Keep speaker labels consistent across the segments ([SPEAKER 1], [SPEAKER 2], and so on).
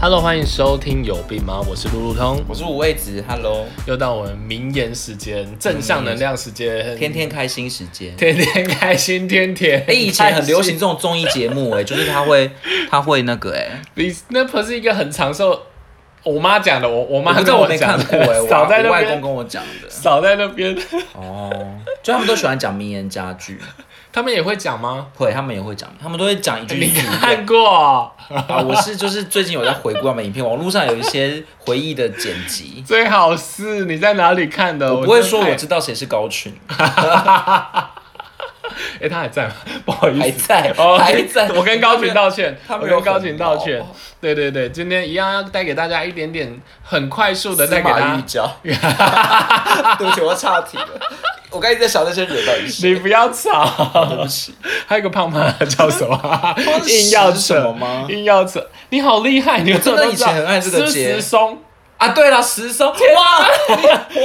[SPEAKER 1] Hello，欢迎收听有病吗？我是路路通，
[SPEAKER 2] 我是五味子，Hello，
[SPEAKER 1] 又到我们名言时间，正向能量时间，
[SPEAKER 2] 天天开心时间。
[SPEAKER 1] 天天开心，天天
[SPEAKER 2] 哎、以前很流行这种综艺节目、哎，就是他会，他会那个、哎，
[SPEAKER 1] 你那不是一个很长寿，我妈讲的，我我妈
[SPEAKER 2] 我不知
[SPEAKER 1] 跟
[SPEAKER 2] 道我没
[SPEAKER 1] 讲
[SPEAKER 2] 看
[SPEAKER 1] 的，
[SPEAKER 2] 过、哎，我
[SPEAKER 1] 少在
[SPEAKER 2] 我
[SPEAKER 1] 那
[SPEAKER 2] 外公
[SPEAKER 1] 边，
[SPEAKER 2] 跟我讲的。
[SPEAKER 1] 少在那边，
[SPEAKER 2] 哦，就他们都喜欢讲名言佳句，
[SPEAKER 1] 他们也会讲 吗？
[SPEAKER 2] 会，他们也会讲，他们都会讲一句
[SPEAKER 1] 你
[SPEAKER 2] 名言
[SPEAKER 1] 看过？。
[SPEAKER 2] 啊。我是就是最近有在回顾他们影片，网络上有一些回忆的剪辑
[SPEAKER 1] 最好是你在哪里看的？
[SPEAKER 2] 我不会
[SPEAKER 1] 真的
[SPEAKER 2] 说
[SPEAKER 1] 太
[SPEAKER 2] 我知道谁是高群，
[SPEAKER 1] 哎、他还 在吗？ 不好意思，
[SPEAKER 2] 还在
[SPEAKER 1] 哦，
[SPEAKER 2] 还在
[SPEAKER 1] 我跟高群道歉，
[SPEAKER 2] 他
[SPEAKER 1] 我
[SPEAKER 2] 们有
[SPEAKER 1] 跟高群道
[SPEAKER 2] 很
[SPEAKER 1] 歉
[SPEAKER 2] 好。
[SPEAKER 1] 对对对，今天一样要带给大家一点点很快速 的带
[SPEAKER 2] 司
[SPEAKER 1] 给大
[SPEAKER 2] 马懿
[SPEAKER 1] 家。
[SPEAKER 2] 交。对不起，我要岔题了。我刚才一直在想那些惹到底是
[SPEAKER 1] 你不要 吵，
[SPEAKER 2] 对不 起，
[SPEAKER 1] 还有一个胖胖的叫什么啊？
[SPEAKER 2] 是
[SPEAKER 1] 硬要
[SPEAKER 2] 十什
[SPEAKER 1] 扯
[SPEAKER 2] 么吗
[SPEAKER 1] 硬要扯，你好厉害！你
[SPEAKER 2] 真的以前很爱这个
[SPEAKER 1] 节。
[SPEAKER 2] 节
[SPEAKER 1] 石松，
[SPEAKER 2] 啊，对了，石松，哇，你活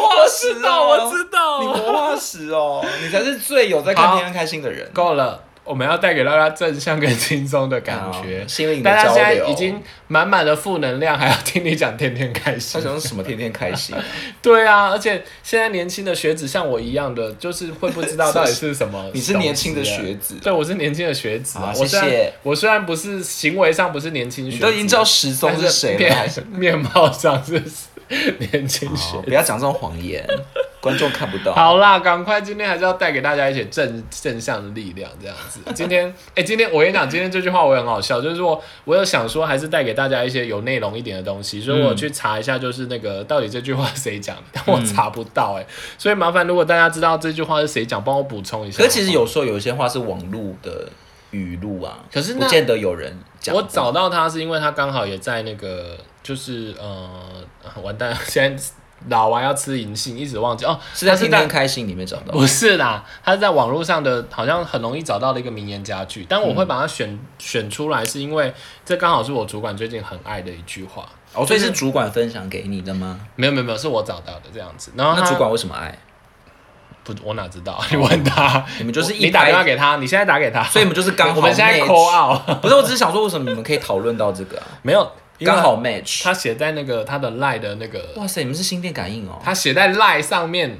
[SPEAKER 2] 化
[SPEAKER 1] 我
[SPEAKER 2] 石、
[SPEAKER 1] 知道，我知道
[SPEAKER 2] 哦啊你。活化石哦，你才是最有在看天天开心的人。
[SPEAKER 1] 够了，我们要带给大家正向跟轻松的感觉
[SPEAKER 2] 好。心灵的
[SPEAKER 1] 大家
[SPEAKER 2] 交
[SPEAKER 1] 现在
[SPEAKER 2] 流，
[SPEAKER 1] 已经满满的负能量，还要听你讲天天开
[SPEAKER 2] 他
[SPEAKER 1] 心。
[SPEAKER 2] 想说什么天天开 心，
[SPEAKER 1] 对啊，而且现在年轻的学子像我一样的，就是会不知道到底是什么东西啊。
[SPEAKER 2] 你是年轻的学子
[SPEAKER 1] 对，我是年轻的学子啊。
[SPEAKER 2] 好
[SPEAKER 1] 我虽然
[SPEAKER 2] 谢谢
[SPEAKER 1] 我虽然不是行为上不是年轻学
[SPEAKER 2] 你
[SPEAKER 1] 子，
[SPEAKER 2] 都已经知道石松
[SPEAKER 1] 但
[SPEAKER 2] 是谁了，啊还是哦
[SPEAKER 1] 面面貌上是年轻学
[SPEAKER 2] 好
[SPEAKER 1] 子。
[SPEAKER 2] 不要讲这种谎言， 观众看不到。
[SPEAKER 1] 好啦，赶快！今天还是要带给大家一些正正向的力量，这样 子。今天，哎、今天我跟你讲，今天这句话我也很好笑，就是我我有想说，还是带给大家一些有内容一点的东西，所
[SPEAKER 2] 嗯
[SPEAKER 1] 以我去查一下，就是那个到底这句话谁讲，但我查不到、哎、所以麻烦如果大家知道这句话是谁讲，帮我补充一下。
[SPEAKER 2] 可是其实，有时候有一些话是网络的语录啊，
[SPEAKER 1] 可是那
[SPEAKER 2] 不见得有人讲
[SPEAKER 1] 我
[SPEAKER 2] 过。
[SPEAKER 1] 找到他是因为他刚好也在那个，就是呃，啊完蛋， 现在老王要吃银杏，一直忘记哦，
[SPEAKER 2] 是在
[SPEAKER 1] 他是
[SPEAKER 2] 天
[SPEAKER 1] 在
[SPEAKER 2] 天开心里面找 到。
[SPEAKER 1] 不是啦，他是在网络上的，好像很容易找到的一个名言佳句，但我
[SPEAKER 2] 嗯
[SPEAKER 1] 会把它选、选出来，是因为这刚好是我主管最近很爱的一句话。
[SPEAKER 2] 哦，所以是主管分享给你的吗？
[SPEAKER 1] 没有没有没有，是我找到的这样子。然后
[SPEAKER 2] 那
[SPEAKER 1] 他
[SPEAKER 2] 主管为什么爱？
[SPEAKER 1] 不，我哪知道？你 问他，
[SPEAKER 2] 你们就是一
[SPEAKER 1] 你打
[SPEAKER 2] 拍
[SPEAKER 1] 电话给他，你现在打给他，
[SPEAKER 2] 所以你们就是刚好
[SPEAKER 1] 我们现在
[SPEAKER 2] match
[SPEAKER 1] call out，
[SPEAKER 2] 不是，我只是想说，为什么你们可以讨论到这个、 啊？
[SPEAKER 1] 没有
[SPEAKER 2] 刚好 match。
[SPEAKER 1] 他写在那个他的 line 的那个，
[SPEAKER 2] 哇塞，你们是心电感应哦。
[SPEAKER 1] 他写在 line 上面，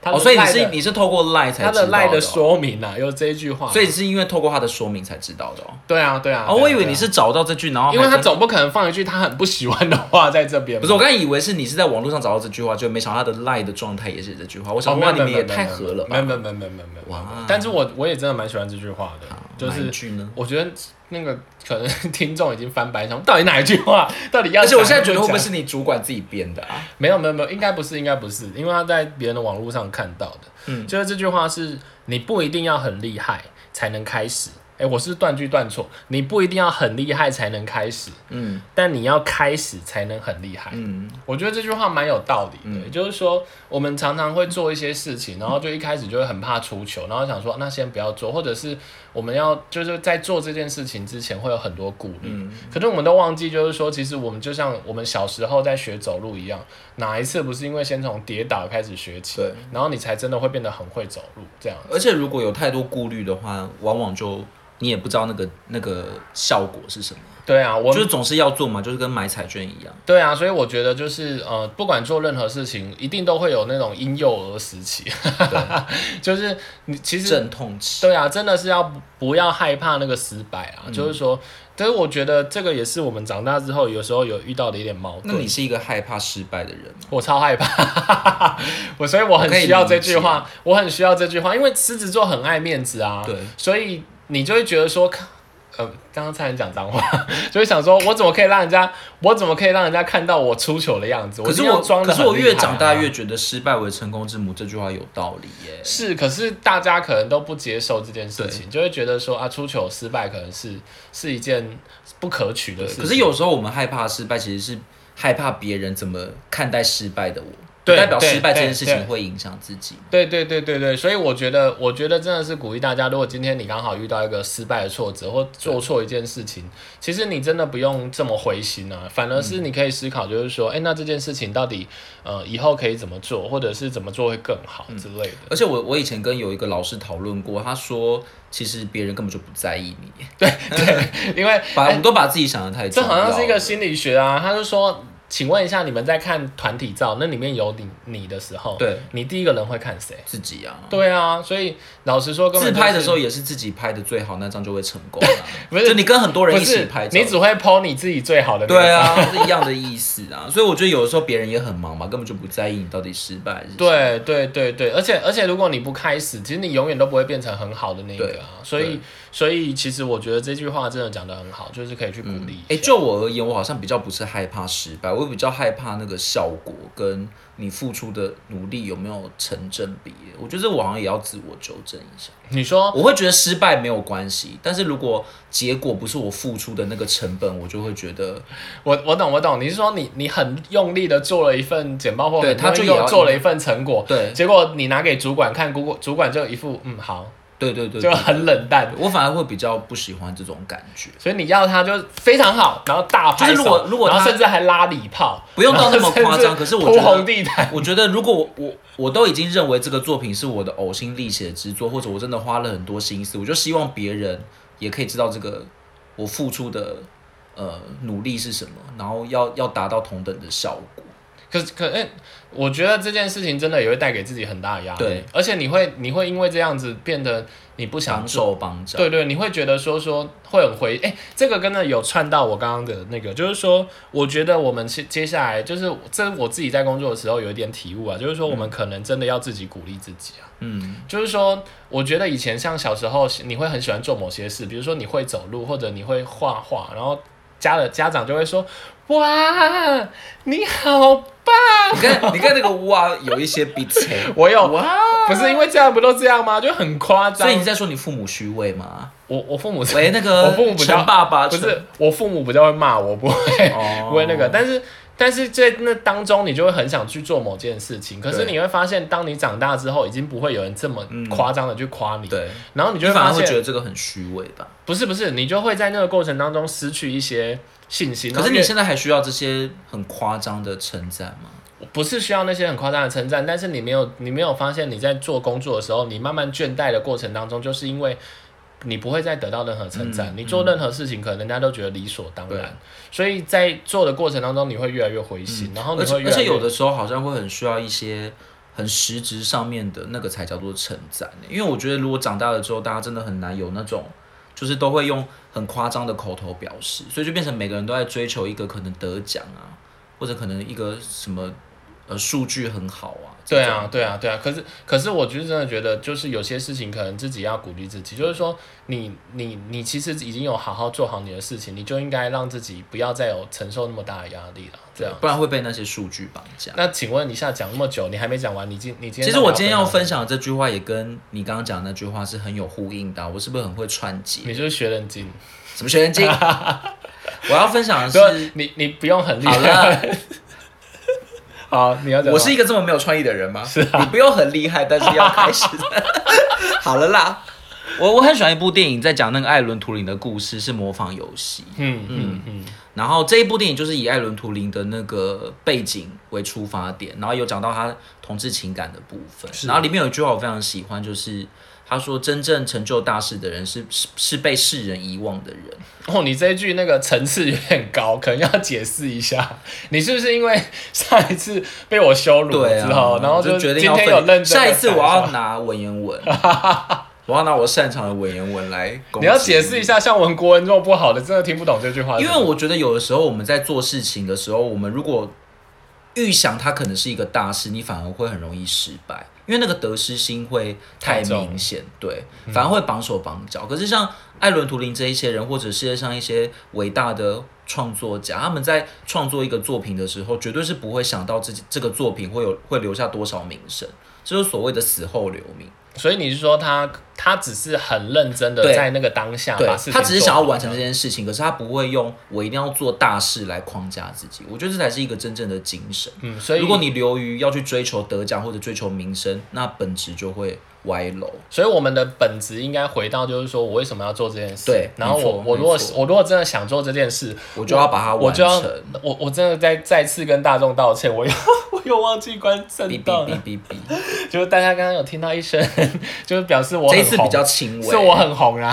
[SPEAKER 1] 他的
[SPEAKER 2] 哦，所以你
[SPEAKER 1] line
[SPEAKER 2] 是
[SPEAKER 1] 的
[SPEAKER 2] 你是透过 Line 才
[SPEAKER 1] 他
[SPEAKER 2] 知道
[SPEAKER 1] 的 line
[SPEAKER 2] 的
[SPEAKER 1] 的
[SPEAKER 2] 哦，
[SPEAKER 1] 说明啊，有这一句话，
[SPEAKER 2] 所以你是因为透过他的说明才知道的哦。
[SPEAKER 1] 对啊对啊，对啊
[SPEAKER 2] 哦，我以为
[SPEAKER 1] 对啊
[SPEAKER 2] 你是找到这句，然后还
[SPEAKER 1] 因为他
[SPEAKER 2] 跟
[SPEAKER 1] 总不可能放一句他很不喜欢的话在这边嘛。哦
[SPEAKER 2] 不是，我刚才以为是你是在网络上找到这句话，就没想到他的 Line 的状态也是这句话。我想
[SPEAKER 1] 哦，那
[SPEAKER 2] 哇，你们也太合了吧？
[SPEAKER 1] 没有没有没有没有没有没有。
[SPEAKER 2] 哇
[SPEAKER 1] 但是我我也真的蛮喜欢这句话的，就
[SPEAKER 2] 哪一
[SPEAKER 1] 是
[SPEAKER 2] 句呢？
[SPEAKER 1] 我觉得那个可能听众已经翻白眼，想到底哪一句话， 到底要讲？
[SPEAKER 2] 而且我现在觉得会不会
[SPEAKER 1] 讲
[SPEAKER 2] 是你主管自己编的啊？
[SPEAKER 1] 没有没有没有，应该不是，应该不是，因为他在别人的网络上看到的。嗯，就是这句话是你不一定要很厉害才能开始。哎，我是不是断句断错，你不一定要很厉害才能开始，
[SPEAKER 2] 嗯
[SPEAKER 1] 但你要开始才能很厉害。
[SPEAKER 2] 嗯，
[SPEAKER 1] 我觉得这句话蛮有道理的，就是说我们常常会做一些事情，然后就一开始就会很怕出糗，然后想说那先不要做，或者是我们要就是在做这件事情之前会有很多顾虑，可是我们都忘记，就是说其实我们就像我们小时候在学走路一样，哪一次不是因为先从跌倒开始学起
[SPEAKER 2] 对，
[SPEAKER 1] 然后你才真的会变得很会走路这样。
[SPEAKER 2] 而且如果有太多顾虑的话，往往就你也不知道那个那个效果是什么。
[SPEAKER 1] 对啊，我
[SPEAKER 2] 就是总是要做嘛，就是跟买彩券一样。
[SPEAKER 1] 对啊，所以我觉得就是呃，不管做任何事情，一定都会有那种婴幼儿时期， 就是你其实
[SPEAKER 2] 阵痛期。
[SPEAKER 1] 对啊，真的是要不不要害怕那个失败啊，
[SPEAKER 2] 嗯
[SPEAKER 1] 就是说，但是我觉得这个也是我们长大之后有时候有遇到的一点矛
[SPEAKER 2] 那
[SPEAKER 1] 盾
[SPEAKER 2] 你。是一个害怕失败的人吗？
[SPEAKER 1] 我超害怕， 我所以我很需要这句话，我很需要这句话，因为狮子座很爱面子啊，
[SPEAKER 2] 对，
[SPEAKER 1] 所以你就会觉得说，看呃，刚刚差点讲脏话， 就会想说我怎么可以让人家，我怎么可以让人家看到我出糗的样子？
[SPEAKER 2] 可
[SPEAKER 1] 一
[SPEAKER 2] 是
[SPEAKER 1] 定要
[SPEAKER 2] 我，
[SPEAKER 1] 装的、
[SPEAKER 2] 可是我
[SPEAKER 1] 啊
[SPEAKER 2] 越长大越觉得“失败为成功之母”这句话有道理耶。
[SPEAKER 1] 是，可是大家可能都不接受这件事情，就会觉得说啊，出糗失败可能是是一件不可取的事情。
[SPEAKER 2] 可是有时候我们害怕失败，其实是害怕别人怎么看待失败的我。
[SPEAKER 1] 对
[SPEAKER 2] 代表失败这
[SPEAKER 1] 对
[SPEAKER 2] 件事
[SPEAKER 1] 对
[SPEAKER 2] 情会影响自己。
[SPEAKER 1] 对对对对对，所以我觉得，我觉得真的是鼓励大家，如果今天你刚好遇到一个失败的挫折或做错一件事情，其实你真的不用这么灰心啊，反而是你可以思考，就是说，哎、那这件事情到底呃以后可以怎么做，或者是怎么做会更好之类的。
[SPEAKER 2] 而且我我以前跟有一个老师讨论过，他说其实别人根本就不在意 你，
[SPEAKER 1] 因为
[SPEAKER 2] 把我们都把自己想的太
[SPEAKER 1] 哎这
[SPEAKER 2] 重要
[SPEAKER 1] 好
[SPEAKER 2] 了。
[SPEAKER 1] 像是一个心理学啊，他就说。请问一下，你们在看团体照，那里面有你你的时候，
[SPEAKER 2] 对
[SPEAKER 1] 你第一个人会看谁？
[SPEAKER 2] 自己啊。
[SPEAKER 1] 对啊，所以老实说，根
[SPEAKER 2] 自
[SPEAKER 1] 本
[SPEAKER 2] 拍
[SPEAKER 1] 就
[SPEAKER 2] 的
[SPEAKER 1] 是
[SPEAKER 2] 时候也是自己拍的最好，那张就会成功、啊。
[SPEAKER 1] 不是
[SPEAKER 2] 就你跟很多人
[SPEAKER 1] 不
[SPEAKER 2] 一起
[SPEAKER 1] 是
[SPEAKER 2] 拍照，
[SPEAKER 1] 你只会 PO 你自己最好的那个
[SPEAKER 2] 对啊，是一样的意思啊。 所以我觉得有的时候别人也很忙嘛，根本就不在意你到底失败还是什么。
[SPEAKER 1] 对对对对，而且而且，如果你不开始，其实你永远都不会变成很好的那个啊。所以所以，其实我觉得这句话真的讲得很好，就是可以去鼓励。
[SPEAKER 2] 哎、就我而言，我好像比较不是害怕失败，我比较害怕那个效果跟你付出的努力有没有成正比。我觉得我好像也要自我纠正一下。
[SPEAKER 1] 你说
[SPEAKER 2] 我会觉得失败没有关系，但是如果结果不是我付出的那个成本，我就会觉得
[SPEAKER 1] 我我懂我懂，你是说你你很用力的做了一份简报或
[SPEAKER 2] 对
[SPEAKER 1] 很
[SPEAKER 2] 他就
[SPEAKER 1] 用力
[SPEAKER 2] 也
[SPEAKER 1] 地
[SPEAKER 2] 要
[SPEAKER 1] 做了一份成果，
[SPEAKER 2] 对
[SPEAKER 1] 结果你拿给主管看，主管主管就一副嗯好，
[SPEAKER 2] 对对对
[SPEAKER 1] 就
[SPEAKER 2] 对
[SPEAKER 1] 很冷淡。
[SPEAKER 2] 我反而会比较不喜欢这种感觉。
[SPEAKER 1] 所以你要他就非常好，然后大拍手，
[SPEAKER 2] 就是如果如果
[SPEAKER 1] 然后
[SPEAKER 2] 他
[SPEAKER 1] 甚至还拉礼炮，
[SPEAKER 2] 不用到那么夸
[SPEAKER 1] 然后甚
[SPEAKER 2] 张，
[SPEAKER 1] 至
[SPEAKER 2] 可是我
[SPEAKER 1] 铺
[SPEAKER 2] 觉
[SPEAKER 1] 红
[SPEAKER 2] 得，
[SPEAKER 1] 地毯，
[SPEAKER 2] 我觉得如果我我我都已经认为这个作品是我的呕心沥血之作，或者我真的花了很多心思，我就希望别人也可以知道这个我付出的呃努力是什么，然后要要达到同等的效果。
[SPEAKER 1] 可是可哎，我觉得这件事情真的也会带给自己很大的压力，
[SPEAKER 2] 对，
[SPEAKER 1] 而且你会你会因为这样子变得你不想
[SPEAKER 2] 帮
[SPEAKER 1] 做，
[SPEAKER 2] 手帮脚，
[SPEAKER 1] 对对，你会觉得说说会很回，哎，这个跟那有串到我刚刚的那个，就是说，我觉得我们接接下来就是这我自己在工作的时候有一点体悟啊，就是说我们可能真的要自己鼓励自己啊，
[SPEAKER 2] 嗯，
[SPEAKER 1] 就是说，我觉得以前像小时候你会很喜欢做某些事，比如说你会走路或者你会画画，然后家的家长就会说，哇，你好棒。
[SPEAKER 2] 你看你看那个哇，有一些比切
[SPEAKER 1] 我有，
[SPEAKER 2] 哇，
[SPEAKER 1] 不是因为这样不都这样吗？就很夸张。
[SPEAKER 2] 所以你在说你父母虚伪吗？
[SPEAKER 1] 我我父母是
[SPEAKER 2] 喂，那个
[SPEAKER 1] 我父母比较
[SPEAKER 2] 陈爸爸
[SPEAKER 1] 不是
[SPEAKER 2] 陈
[SPEAKER 1] 我父母比较会骂我，不 会、
[SPEAKER 2] 哦
[SPEAKER 1] 不会那个，但是但是在那当中，你就会很想去做某件事情。可是
[SPEAKER 2] 对嗯
[SPEAKER 1] 你会发现，当你长大之后，已经不会有人这么夸张的去夸你。
[SPEAKER 2] 对，
[SPEAKER 1] 然后你
[SPEAKER 2] 你
[SPEAKER 1] 就会
[SPEAKER 2] 反
[SPEAKER 1] 发
[SPEAKER 2] 而会觉
[SPEAKER 1] 现，
[SPEAKER 2] 得这个很虚伪吧？
[SPEAKER 1] 不是不是，你就会在那个过程当中失去一些信心。
[SPEAKER 2] 可是
[SPEAKER 1] 然后
[SPEAKER 2] 你
[SPEAKER 1] 也
[SPEAKER 2] 现在还需要这些很夸张的称赞吗？
[SPEAKER 1] 不是需要那些很夸张的称赞，但是你没有你没有发现你在做工作的时候，你慢慢倦怠的过程当中，就是因为你不会再得到任何称赞，你做任何事情可能人家都觉得理所当
[SPEAKER 2] 嗯对
[SPEAKER 1] 然，所以在做的过程当中，你会越来越灰心，然后
[SPEAKER 2] 而
[SPEAKER 1] 你
[SPEAKER 2] 且
[SPEAKER 1] 会越
[SPEAKER 2] 嗯而
[SPEAKER 1] 来
[SPEAKER 2] 且
[SPEAKER 1] 越
[SPEAKER 2] 有的时候好像会很需要一些很实质上面的那个才叫做称赞欸，因为我觉得如果长大了之后，大家真的很难有那种就是都会用很夸张的口头表示，所以就变成每个人都在追求一个可能得奖啊，或者可能一个什么呃数据很好啊，这
[SPEAKER 1] 对
[SPEAKER 2] 种
[SPEAKER 1] 啊，对啊，对啊。可是，可是，我就是真的觉得，就是有些事情可能自己要鼓励自己，就是说你，你你其实已经有好好做好你的事情，你就应该让自己不要再有承受那么大的压力了。这样。
[SPEAKER 2] 啊不然会被那些数据绑架。
[SPEAKER 1] 那请问一下，讲那么久，你还没讲完，你今你今天
[SPEAKER 2] 其实我今天要
[SPEAKER 1] 到底
[SPEAKER 2] 分享的这句话也跟你刚刚讲的那句话是很有呼应的啊、我是不是很会串接
[SPEAKER 1] 分享什么，？你就是学人精，
[SPEAKER 2] 什么学 人精？我要分享的
[SPEAKER 1] 所
[SPEAKER 2] 是
[SPEAKER 1] 以，你你不用很厉
[SPEAKER 2] 好了
[SPEAKER 1] 害。 好，你要讲吗。
[SPEAKER 2] 我是一个这么没有创意的人啊吗？是啊，你不用很厉害，但是要开始。 好了啦，我我很喜欢一部电影，在讲那个艾伦·图灵的故事，是模仿游戏。
[SPEAKER 1] 嗯嗯嗯，
[SPEAKER 2] 然后这一部电影就是以艾伦·图灵的那个背景为出发点，然后有讲到他同志情感的部分。然后里面有一句话我非常喜欢，就是他说：“真正成就大事的人是是是被世人遗忘的人。”
[SPEAKER 1] 哦，你这一句那个层次有点高，可能要解释一下。 你是不是因为上一次被我羞辱
[SPEAKER 2] 对
[SPEAKER 1] 了
[SPEAKER 2] 啊
[SPEAKER 1] 之后，然后
[SPEAKER 2] 就决
[SPEAKER 1] 今
[SPEAKER 2] 定要
[SPEAKER 1] 天
[SPEAKER 2] 分
[SPEAKER 1] 有认真地
[SPEAKER 2] 下一次
[SPEAKER 1] 想
[SPEAKER 2] 我要
[SPEAKER 1] 下
[SPEAKER 2] 拿文言文， 我要拿我擅长的文言文来。
[SPEAKER 1] 你要解释一。下，像文国文这么不好的，真的听不懂这句话是
[SPEAKER 2] 因
[SPEAKER 1] 什
[SPEAKER 2] 为
[SPEAKER 1] 么。
[SPEAKER 2] 我觉得有的时候我们在做事情的时候，我们如果预想它可能是一个大事，你反而会很容易失败，因为那个得失心会太
[SPEAKER 1] 太重
[SPEAKER 2] 明显，对，反而会绑手绑脚。可是像艾伦·图灵这一些人，或者世界上一些伟大的创作家，他们在创作一个作品的时候，绝对是不会想到自己这个作品会有会留下多少名声。这就是所谓的死后留名。
[SPEAKER 1] 所以你是说他他只是很认真的
[SPEAKER 2] 对
[SPEAKER 1] 在那个当下
[SPEAKER 2] 对
[SPEAKER 1] 把事情，
[SPEAKER 2] 他只是想要完成这
[SPEAKER 1] 做
[SPEAKER 2] 件事情，可是他不会用我一定要做大事来框架自己。我觉得这才是一个真正的精神。
[SPEAKER 1] 好。嗯，所以
[SPEAKER 2] 如果你流于要去追求得奖或者追求名声，那本质就会歪楼。
[SPEAKER 1] 所以我们的本质应该回到就是说我为什么要做这件事？
[SPEAKER 2] 对
[SPEAKER 1] 然后我
[SPEAKER 2] 没错
[SPEAKER 1] 我如果
[SPEAKER 2] 没错
[SPEAKER 1] 我如果真的想做这件事，
[SPEAKER 2] 我就要把它
[SPEAKER 1] 我
[SPEAKER 2] 完
[SPEAKER 1] 就
[SPEAKER 2] 成。
[SPEAKER 1] 要我我真的再再次跟大众道歉，我又我又忘记关
[SPEAKER 2] 哔
[SPEAKER 1] 震
[SPEAKER 2] 哔
[SPEAKER 1] 动
[SPEAKER 2] 哔
[SPEAKER 1] 了，
[SPEAKER 2] 哔哔，
[SPEAKER 1] 就是大家刚刚有听到一声， 就是表示我
[SPEAKER 2] 这一
[SPEAKER 1] 很
[SPEAKER 2] 次
[SPEAKER 1] 红
[SPEAKER 2] 比较轻微。
[SPEAKER 1] 是我很红啦，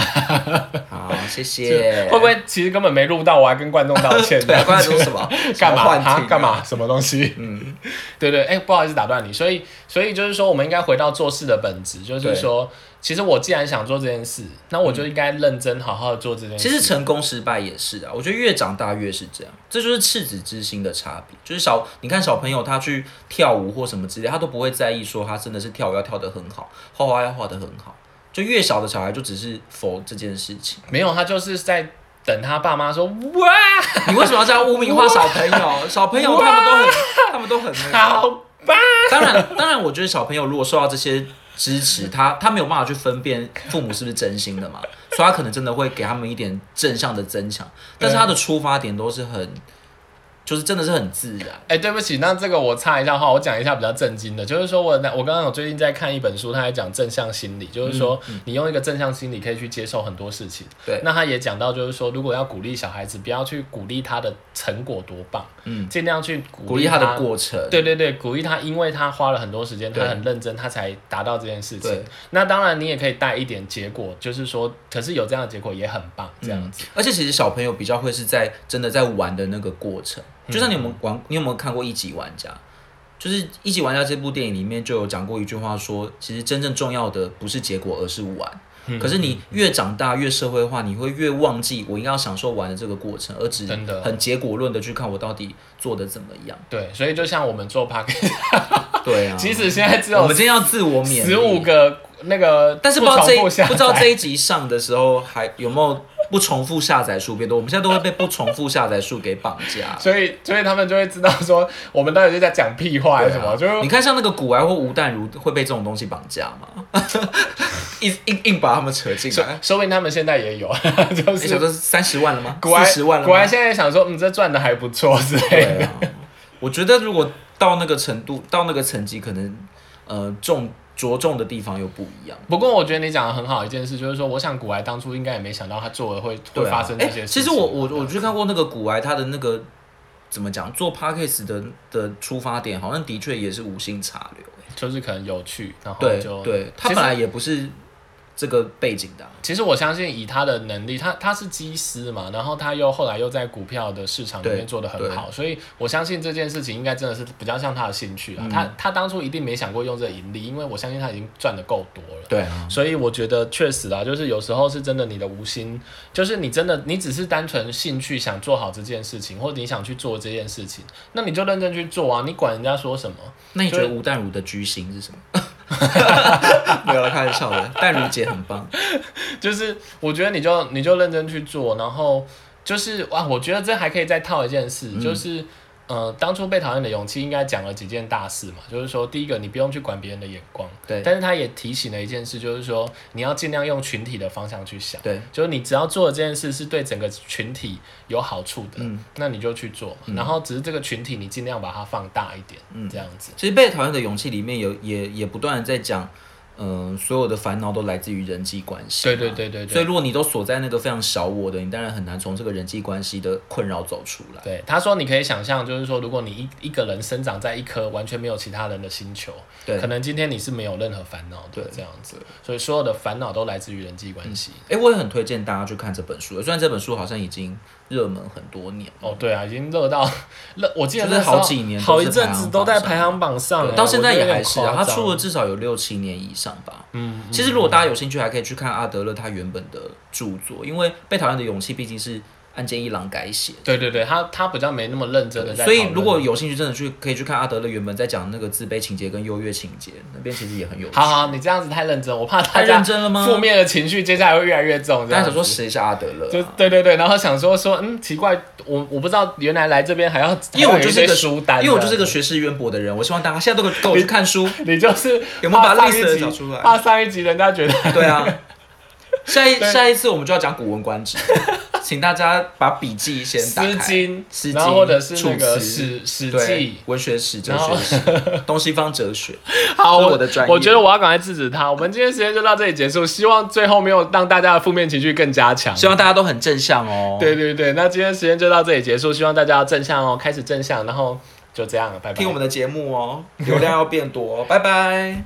[SPEAKER 2] 好，谢谢。
[SPEAKER 1] 会不会其实根本没录到，我还跟观众道歉？
[SPEAKER 2] 对啊？刚才说什么
[SPEAKER 1] 干嘛
[SPEAKER 2] 什么幻听
[SPEAKER 1] 啊
[SPEAKER 2] 啊？
[SPEAKER 1] 干嘛？什么东西？
[SPEAKER 2] 嗯，
[SPEAKER 1] 对对，哎、不好意思打断你，所以所以就是说，我们应该回到做事的本质，就是
[SPEAKER 2] 对
[SPEAKER 1] 说，其实我既然想做这件事，那我就应该认真好好的做这件事。
[SPEAKER 2] 其实成功失败也是啊，我觉得越长大越是这样，这就是赤子之心的差别。就是小，你看小朋友他去跳舞或什么之类，他都不会在意说他真的是跳舞要跳得很好，画画要画得很好。就越小的小孩就只是否这件事情。
[SPEAKER 1] 没有，他就是在等他爸妈说哇，
[SPEAKER 2] 你为什么要这样污名化小朋友？小朋友他们都很，他们都很那个。
[SPEAKER 1] 好
[SPEAKER 2] 当然，当然，我觉得小朋友如果受到这些支持，他他没有办法去分辨父母是不是真心的嘛，所以他可能真的会给他们一点正向的增强，但是他的出发点都是很，就是真的是很自然。
[SPEAKER 1] 哎、对不起，那这个我插一下话，我讲一下比较震惊的，就是说我我刚刚我最近在看一本书，他在讲正向心理，就是说你用一个正向心理可以去接受很多事情。
[SPEAKER 2] 嗯对
[SPEAKER 1] 那他也讲到，就是说如果要鼓励小孩子，不要去鼓励他的成果多棒，
[SPEAKER 2] 嗯，
[SPEAKER 1] 尽量去
[SPEAKER 2] 鼓
[SPEAKER 1] 鼓
[SPEAKER 2] 励
[SPEAKER 1] 励
[SPEAKER 2] 他的过程，
[SPEAKER 1] 对对对，鼓励他，因为他花了很多时间，他
[SPEAKER 2] 对
[SPEAKER 1] 很认真，他才达到这件事情
[SPEAKER 2] 对。
[SPEAKER 1] 那当然，你也可以带一点结果，就是说，可是有这样的结果也很棒，
[SPEAKER 2] 嗯
[SPEAKER 1] 这样子。
[SPEAKER 2] 而且其实小朋友比较会是在真的在玩的那个过程，
[SPEAKER 1] 嗯
[SPEAKER 2] 就像你们玩，你有没有看过《一级玩家》？就是《一级玩家》这部电影里面就有讲过一句话说其实真正重要的不是结果，而是玩。
[SPEAKER 1] 嗯
[SPEAKER 2] 可是你越长大越社会化，你会越忘记我应该要享受玩的这个过程，而只
[SPEAKER 1] 真的
[SPEAKER 2] 很结果论的去看我到底做的怎么 样。
[SPEAKER 1] 对，所以就像我们做 p a r k
[SPEAKER 2] 对啊，
[SPEAKER 1] 即使现在只
[SPEAKER 2] 我
[SPEAKER 1] 有
[SPEAKER 2] 们今天要自我免疫
[SPEAKER 1] 十五个那个，
[SPEAKER 2] 但是不知道这一
[SPEAKER 1] 重复下载
[SPEAKER 2] 不知道这一集上的时候还有没有不重复下载数变多，我们现在都会被不重复下载数给绑 架。
[SPEAKER 1] 所以所以他们就会知道说我们到底是在讲屁话还是什么，
[SPEAKER 2] 对啊
[SPEAKER 1] 就
[SPEAKER 2] 你
[SPEAKER 1] 是。
[SPEAKER 2] 看像那个古癌或吴淡如会被这种东西绑架吗？ 硬硬硬把他们扯进
[SPEAKER 1] 说
[SPEAKER 2] 来，
[SPEAKER 1] 说不定他们现在也有， 就
[SPEAKER 2] 你
[SPEAKER 1] 是
[SPEAKER 2] 想说三十万了吗？
[SPEAKER 1] 国外
[SPEAKER 2] 四十万了
[SPEAKER 1] 国外
[SPEAKER 2] 吗？
[SPEAKER 1] 现在想说，嗯，这赚的还不错之类的。
[SPEAKER 2] 对啊，我觉得如果到那个程度，到那个层级，可能呃重着重的地方又不一样。
[SPEAKER 1] 不过我觉得你讲的很好一件事，就是说，我想古埃当初应该也没想到他做了会、会
[SPEAKER 2] 对啊
[SPEAKER 1] 发生这
[SPEAKER 2] 诶
[SPEAKER 1] 些事情。
[SPEAKER 2] 其实我我我去看过那个古癌，他的那个怎么讲，做 podcast 的的出发点，好像的确也是无心插柳。欸
[SPEAKER 1] 就是可能有趣，然后
[SPEAKER 2] 对
[SPEAKER 1] 哦就
[SPEAKER 2] 对，他
[SPEAKER 1] 其
[SPEAKER 2] 本
[SPEAKER 1] 实
[SPEAKER 2] 来也不是这个背景的啊、
[SPEAKER 1] 其实我相信以他的能力，他他是机师嘛，然后他又后来又在股票的市场里面
[SPEAKER 2] 对
[SPEAKER 1] 做得很好，所以我相信这件事情应该真的是比较像他的兴趣啊。他他当初一定没想过用这个盈利，因为我相信他已经赚的够多了。
[SPEAKER 2] 对啊，
[SPEAKER 1] 所以我觉得确实啊，就是有时候是真的，你的无心，就是你真的，你只是单纯兴趣想做好这件事情，或者你想去做这件事情，那你就认真去做啊，你管人家说什么？
[SPEAKER 2] 那你觉得吴淡如的居 心是什么？没有了，开玩笑的。淡如姐很棒，
[SPEAKER 1] 就是我觉得你就你就认真去做，然后就是哇，我觉得这还可以再套一件事，就是。呃，当初被讨厌的勇气应该讲了几件大事嘛，就是说，第一个你不用去管别人的眼光，
[SPEAKER 2] 对
[SPEAKER 1] 但是他也提醒了一件事，就是说你要尽量用群体的方向去想，
[SPEAKER 2] 对，
[SPEAKER 1] 就是你只要做的这件事是对整个群体有好处的，那你就去做嘛。然后只是这个群体，你尽量把它放大一点，这样子。
[SPEAKER 2] 其实被讨厌的勇气里面有也也不断的在讲，嗯、所有的烦恼都来自于人际关系嘛。
[SPEAKER 1] 对对对对对
[SPEAKER 2] 所以如果你都锁在那个非常小我的，你当然很难从这个人际关系的困扰走出来。
[SPEAKER 1] 对，他说你可以想象，就是说，如果你一一个人生长在一颗完全没有其他人的星球，
[SPEAKER 2] 对
[SPEAKER 1] 可能今天你是没有任何烦恼的这样子。所以所有的烦恼都来自于人际关系。
[SPEAKER 2] 哎、我也很推荐大家去看这本书，虽然这本书好像已经热门很多年了，
[SPEAKER 1] 哦，对啊，已经热到 热，我记得
[SPEAKER 2] 嗯就是
[SPEAKER 1] 那时候
[SPEAKER 2] 好几年都是
[SPEAKER 1] 好一阵子都在
[SPEAKER 2] 排
[SPEAKER 1] 排行榜上、
[SPEAKER 2] 对
[SPEAKER 1] 哎
[SPEAKER 2] 到现在也还是
[SPEAKER 1] 我觉
[SPEAKER 2] 啊
[SPEAKER 1] 得有，点
[SPEAKER 2] 它
[SPEAKER 1] 夸
[SPEAKER 2] 出了
[SPEAKER 1] 张
[SPEAKER 2] 至少有六七年以上吧。
[SPEAKER 1] 嗯，
[SPEAKER 2] 其实如果大家有兴趣，还可以去看阿德勒他原本的著作，因为《被讨厌的勇气》毕竟是岸见一郎改写。
[SPEAKER 1] 对对对，他他比较没那么认真的在讨
[SPEAKER 2] 所
[SPEAKER 1] 论。
[SPEAKER 2] 以如果有兴趣，真的去可以去看阿德勒原本在讲那个自卑情节跟优越情节，那边其实也很有趣。
[SPEAKER 1] 好好，你这样子太认真，我怕大
[SPEAKER 2] 太
[SPEAKER 1] 家
[SPEAKER 2] 认真了吗
[SPEAKER 1] 负面的情绪接下来会越来越重。这
[SPEAKER 2] 大
[SPEAKER 1] 样
[SPEAKER 2] 家
[SPEAKER 1] 子
[SPEAKER 2] 想说谁是阿德勒、
[SPEAKER 1] 就
[SPEAKER 2] 啊？
[SPEAKER 1] 对对对，然后想说说，嗯，奇怪，我我不知道原来来这边还要，
[SPEAKER 2] 因为我就是
[SPEAKER 1] 还要有一堆
[SPEAKER 2] 一个
[SPEAKER 1] 书单，
[SPEAKER 2] 因为我就是一个，学识渊博的人，我希望大家现在都给我去看书。
[SPEAKER 1] 你就是
[SPEAKER 2] 有没有把
[SPEAKER 1] 怕上
[SPEAKER 2] 类似
[SPEAKER 1] 一
[SPEAKER 2] 的
[SPEAKER 1] 集
[SPEAKER 2] 找出来
[SPEAKER 1] 怕上一集人家觉得
[SPEAKER 2] 对啊， 下一下一次我们就要讲《古文观止》，请大家把笔记先
[SPEAKER 1] 《
[SPEAKER 2] 打开。
[SPEAKER 1] 诗经》，
[SPEAKER 2] 诗
[SPEAKER 1] 然后或者是
[SPEAKER 2] 楚
[SPEAKER 1] 那个《
[SPEAKER 2] 辞
[SPEAKER 1] 史史记》
[SPEAKER 2] 对，文学史、哲
[SPEAKER 1] 然后
[SPEAKER 2] 学史、 东西方哲学。
[SPEAKER 1] 好，
[SPEAKER 2] 这是我的专业
[SPEAKER 1] 我觉得我要赶快制止他。我们今天时间就到这里结束，希望最后没有让大家的负面情绪更加强。
[SPEAKER 2] 希望大家都很正向哦。
[SPEAKER 1] 对，对对，那今天时间就到这里结束，希望大家要正向哦，开始正向，然后就这样，拜拜。
[SPEAKER 2] 听我们的节目哦，流量要变多哦，拜拜。